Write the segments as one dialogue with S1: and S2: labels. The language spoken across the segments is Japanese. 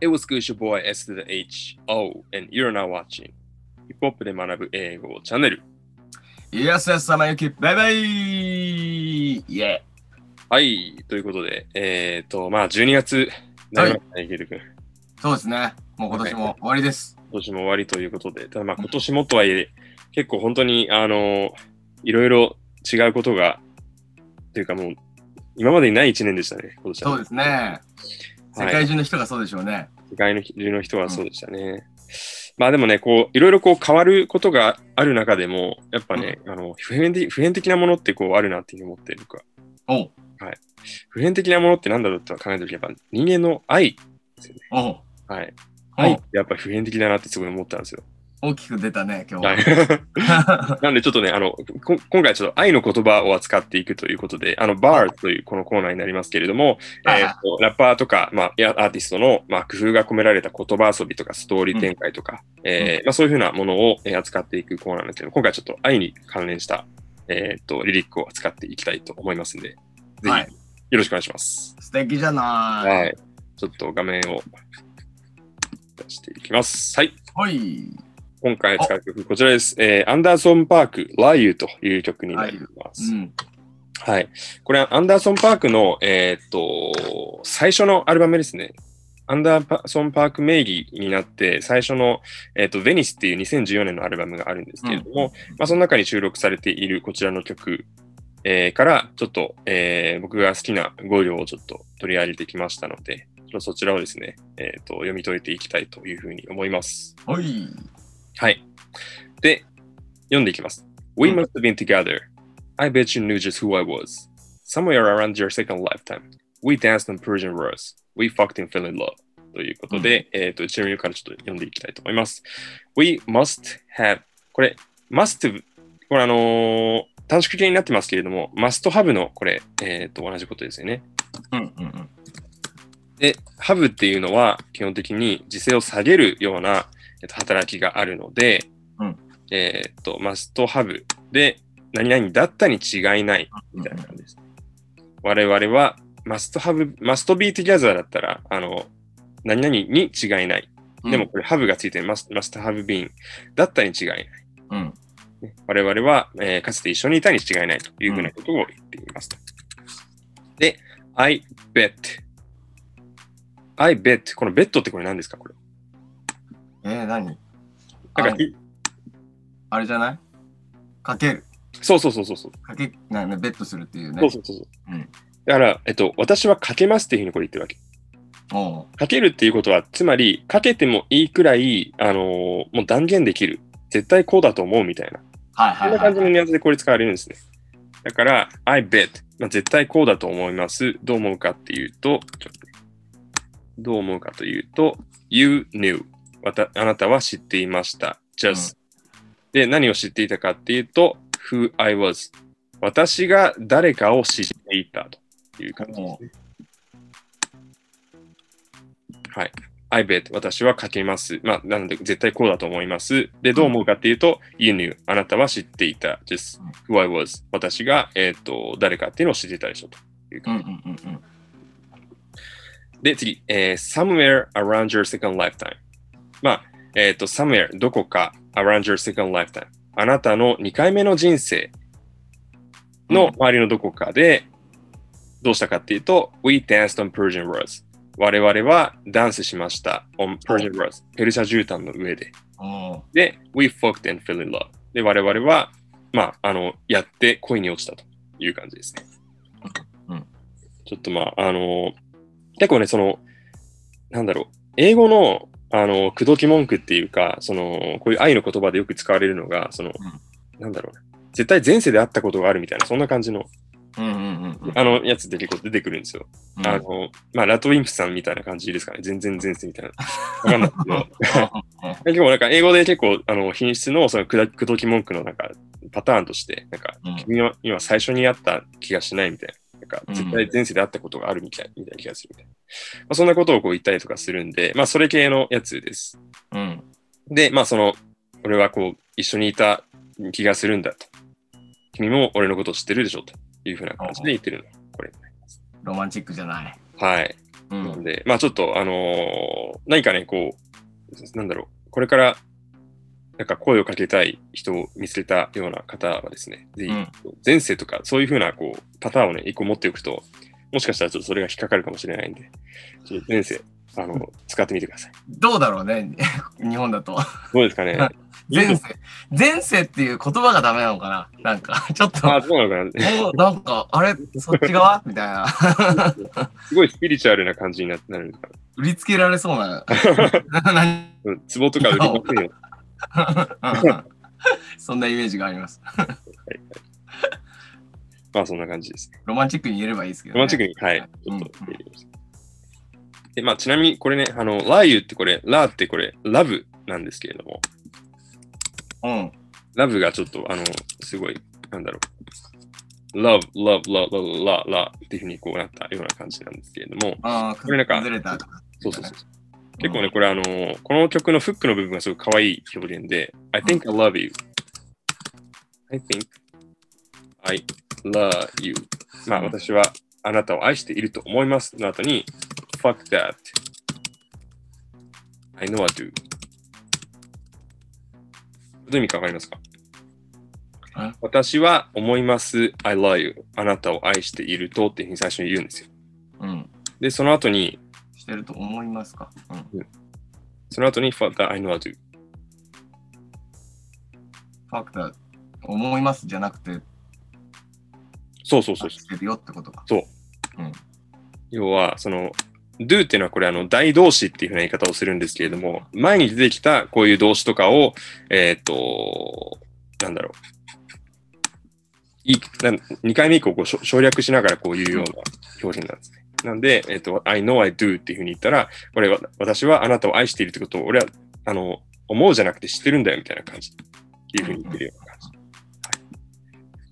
S1: It was good, your boy S と the H O and you're now watching ヒップホップで学ぶ英語チャンネル。
S2: Yes, yes, 様ゆき。バイバイイェ
S1: はい、ということで、えっ、ー、と、まあ12月になりましたね、ゲル君。今
S2: そうですね。もう今年も終わりです。
S1: 年も終わりということで、ただまあ今年もとはいえ、結構本当に、あの、いろいろ違うことが、というかもう、今までにない1年でしたね、今年は
S2: そうですね。世界中の人がそうでしょうね。
S1: 世界の中の人はそうでしたね。まあでもね、こう、いろいろこう変わることがある中でも、やっぱね、あの普遍的、普遍的なものってこうあるなっていうふうに思って、僕は。
S2: おう
S1: 普遍的なものってなんだろうって考えたとき、やっぱ人間の愛、
S2: おう
S1: はい。愛
S2: お
S1: っ
S2: う
S1: てやっぱ普遍的だなってすごい思ったんですよ。
S2: 大きく出たね、今日
S1: は。
S2: はい
S1: なんでちょっとね、あの、こ今回ちょっと愛の言葉を扱っていくということで、あの、バーというこのコーナーになりますけれども、
S2: は
S1: え
S2: い
S1: ーとラッパーとか、まあ、やアーティストの、まあ、工夫が込められた言葉遊びとか、ストーリー展開とか、えーまあ、そういうふうなものを、えー扱っていくコーナーなんですけど、今回ちょっと愛に関連した、えー、とリリックを扱っていきたいと思いますんで、ぜひ
S2: は
S1: よ
S2: い
S1: ろしくお願いします。
S2: 素敵じゃ
S1: はい。
S2: ない。
S1: ちょっと画面を出していきます。はい。
S2: ほい。
S1: 今回使う曲、こちらです。えーアンダーソン・パーク、ライユという曲になります。
S2: うん。
S1: はい。これはアンダーソン・パークの、えーっと、最初のアルバムですね。アンダーソン・パーク名義になって、最初の、えーっと、ヴェニスっていう2014年のアルバムがあるんですけれども、まあ、その中に収録されているこちらの曲、えーから、ちょっと、えー僕が好きな語彙をちょっと取り上げてきましたので、ちょっとそちらをですね、えーっと、読み解いていきたいというふうに思います。
S2: ほい。
S1: はい。で、読んでいきます。We
S2: うん
S1: must have been together. I bet you knew just who I was. Somewhere around your second lifetime. We danced on Persian roads. We fucked and fell in love. ということで、えっ、と、一応からちょっと読んでいきたいと思います。We must have これ、must have これあのー短縮形になってますけれども、must have のこれ、えっ、と、同じことですよね。
S2: うんうんうん。
S1: で、ハブっていうのは基本的に時勢を下げるような、えっと、働きがあるので、
S2: うん
S1: えーっと、マストハブで何々だったに違いないみたいな感じです。我々はマストハブ、マストビートギャザーだったら、あの、何々に違いない。でも、これハブがついてるマスマストハブビーンだったに違いない。
S2: うん。
S1: ね我々は、えーかつて一緒にいたに違いないというふうなことを言っていますと。で、I bet。I bet。この bet ってこれ何ですかこれ。
S2: えー、何
S1: なんか
S2: ああれじゃないかける。
S1: そうそうそうそうそう。
S2: かけ、なね、ベッドするっていうね。
S1: そうそうそうそう
S2: うん
S1: だから、えっと、私はかけますっていうふうにこれ言ってるわけ。
S2: おう
S1: かけるっていうことは、つまり、かけてもいいくらい、あのーもう断言できる。絶対こうだと思うみたいな。
S2: はい
S1: こん
S2: はい
S1: な
S2: は
S1: 感
S2: い
S1: じ
S2: は
S1: の
S2: い。
S1: ニュアンスでこれ使われるんですね。だから、I bet、まあ、絶対こうだと思います。どう思うかっていうと、ちょっとねどう思うかというと、You knew わた。あなたは知っていました。Just、で、何を知っていたかっていうと、Who I was。私が誰かを知っていたという感じですね。はい。I bet 私は書けます。まあ、なので絶対こうだと思います。で、どう思うかっていうと、You knew あなたは知っていた。Just who I was 私が、えっと誰かっていうのを知っていたでしょという
S2: う
S1: 感
S2: んう
S1: じ、
S2: んうんうん。
S1: で、次、えー Somewhere around your second lifetime。まあ、えっ、と、somewhere どこか around your second lifetime。あなたの2回目の人生の周りのどこかで、どうしたかっていうと、We danced on Persian roads。我々はダンスしました。on Persian roads。ペルシャ絨毯の上で。
S2: おう
S1: で、We fucked and fell in love。で、我々は、まあ、あの、やって恋に落ちたという感じですね。
S2: うん
S1: ちょっとまあ、あの、結構ね、その、なんだろう、英語の、あの、口説き文句っていうか、その、こういう愛の言葉でよく使われるのが、その、なんだろうな、絶対前世で会ったことがあるみたいな、そんな感じの、
S2: うんうんうんうん。
S1: あの、やつで結構出てくるんですよ。
S2: うん
S1: あの、まあ、ラトウィンプさんみたいな感じですかね。全然前世みたいな。わかんないけど。 でもなんか英語で結構あの品質のその口説き文句のなんかパターンとして、なんか
S2: うん
S1: 君は今最初に会った気がしないみたいな。なんか
S2: うん
S1: 絶対前世で会ったことがあるみたいみたいな気がするみたいな。まあ、そんなことをこう言ったりとかするんで、まあそれ系のやつです。
S2: うん。
S1: で、まあその、俺はこう一緒にいた気がするんだと。君も俺のことを知ってるでしょというふうな感じで言ってるの。これ。
S2: ロマンチックじゃない。
S1: はい。
S2: う。
S1: なんんで、まあちょっと、あのー何かね、こう、なんだろう、これから、なんか声をかけたい人を見つけたような方はですね、ぜひ
S2: うん
S1: 前世とか、そういうふうな、こう、パターンをね、一個持っておくと、もしかしたらちょっとそれが引っかかるかもしれないんで、ちょっと前世、あの、使ってみてください。
S2: どうだろうね、 日本だと。
S1: どうですかね。
S2: 前世。前世っていう言葉がダメなのかななんか、 ちょっ と、
S1: あ、そうなのかな。
S2: おなんか、あれ、そっち側みたいな。
S1: すごいスピリチュアルな感じにななるのか
S2: 売りつけられそうな。
S1: な。うん壺とか売りませんよ。
S2: 何 そんなイメージがあります。
S1: まあそんな感じです。
S2: ロマンチックに言えればいいですけど、
S1: ロマンチックに、はい、ちょっと入れました。で、まあ、ちなみにこれね、あの、ラーユってこれ、ラーってこれ、ラブなんですけれども、
S2: うん。
S1: ラブがちょっと、あの、すごい、なんだろう、ラブ、ラブ、ラブ、ラブ、ラブ、ラブっていうふうにこうなったような感じなんですけれども、
S2: ああ、
S1: これなんか
S2: 崩れたとか。
S1: そうそうそう。結構ね、これあの、この曲のフックの部分がすごく可愛い表現で、I think I love you.I think I love you. まあ、私はあなたを愛していると思いますの後に、Fuck that.I know I do. どういう意味かわかりますか
S2: え
S1: 私は思います。I love you. あなたを愛しているとっていうふうに最初に言うんですよ。
S2: うん。
S1: で、その後に、
S2: してると思いますか。うん。
S1: その後に Fuck that I know I do.
S2: ファクター、思いますじゃなくて、
S1: そうそうそうそう。
S2: してるよってことか。
S1: 要は、その、do っていうのはこれ、あの、大動詞っていうふうな言い方をするんですけれども、前に出てきたこういう動詞とかを、えーっと、なんだろう。いなん2回目以降こうしょ省略しながらこういうような表現なんですね。なんで、えーっと、I know I do っていうふうに言ったら、これは、私はあなたを愛しているってことを、俺は、あの、思うじゃなくて知ってるんだよみたいな感じ。っていうふうに言ってるような感じ。はい、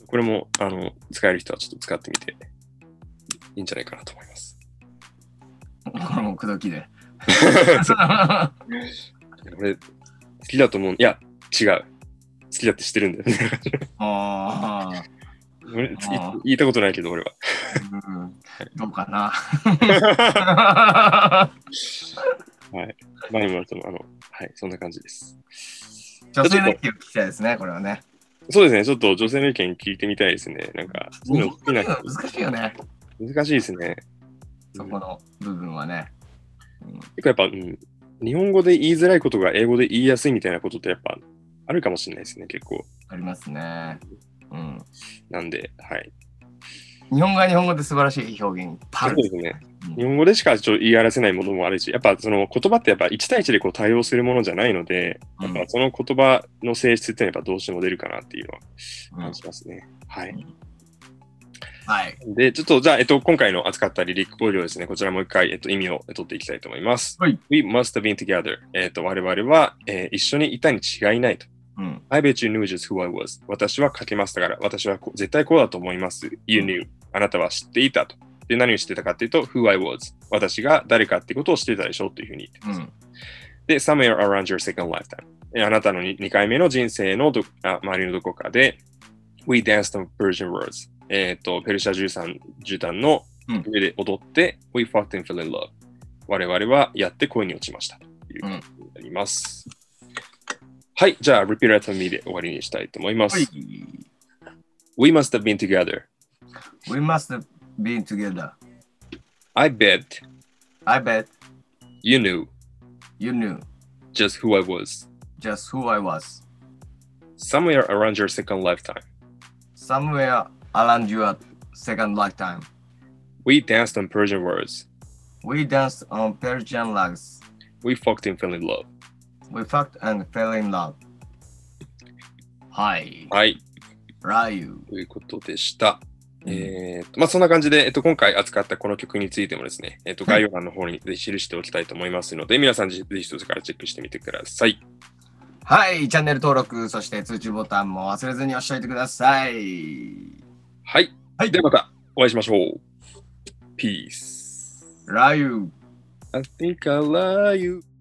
S1: これも、あの、使える人はちょっと使ってみていいんじゃないかなと思います。
S2: これも口説きで。
S1: 俺、好きだと思う。いや、違う。好きだって知ってるんだよね。
S2: ああ、
S1: 俺つ
S2: あー
S1: 言ったことないけど、俺は。
S2: うん、どうか な。
S1: まあ今とも、あの、はい、そんな感じです。
S2: 女性の意見を聞きたいですね、これはね。
S1: そうですね、ちょっと女性の意見聞いてみたいですね。なんか、そういうの好きな人
S2: 難しいよね、
S1: 難しいですね。
S2: そこの部分はね。うん
S1: 結構やっぱ、うん、日本語で言いづらいことが英語で言いやすいみたいなことってやっぱあるかもしれないですね、結構。
S2: ありますね。うん。
S1: なんで、はい。
S2: 日本語は日本語で素晴らしい表現いっぱい
S1: そ
S2: あ
S1: う
S2: る
S1: ですね。
S2: うん
S1: 日本語でしかちょっと言い表せないものもあるし、やっぱその言葉ってやっぱ1対1でこう対応するものじゃないので、
S2: う
S1: や
S2: ん
S1: っぱその言葉の性質っていうのはやっぱどうしても出るかなっていうのは
S2: うん
S1: 感じますね。はい。
S2: はい。
S1: で、ちょっとじゃあ、えっと、今回の扱ったリリックポイルをですね、こちらもう一回、えっと、意味を取っていきたいと思います。
S2: はい
S1: We must have been together. えっと、我々は、えー一緒にいたに違いないと。
S2: うん。
S1: I bet you knew just who I was. 私は書けましたから、私はこう絶対こうだと思います。You knew. あなたは知っていたと。で、何を知ってたかっていうと、who I was. 私が誰かってことを知ってたでしょというふうに言って
S2: う
S1: ます。
S2: ん。
S1: で、somewhere around your second lifetime. えあなたの 2, 回目の人生のどあ周りのどこかで、We danced on Persian words. えっ、と、ペルシャ13絨毯の
S2: うん
S1: 上で踊って、We fucked and fell in love. 我々はやって恋に落ちました。という感じになります。はい、じゃあ、repeat after me で終わりにしたいと思います。
S2: はい。
S1: We must have been together.
S2: We must have been together.
S1: I bet
S2: I bet
S1: you knew
S2: you knew
S1: just who I was.
S2: just who I was.
S1: Somewhere around your second lifetime.
S2: Somewhere around your second lifetime.
S1: We danced on Persian words.
S2: We danced on Persian rugs.
S1: We fucked and fell in love.
S2: We fucked and fell in love. はい。
S1: はい。
S2: ラー油。
S1: ということでした。
S2: うん
S1: えーとまあ、そんな感じで、えっと、今回扱ったこの曲についてもですね、えっと、概要欄の方にぜひ記しておきたいと思いますので、皆さんぜひそちらからチェックしてみてください。
S2: はい。チャンネル登録、そして通知ボタンも忘れずに押しておいてください。
S1: はい。
S2: はい
S1: ではまたお会いしましょう。Peace.
S2: ラー油。
S1: I think I love you.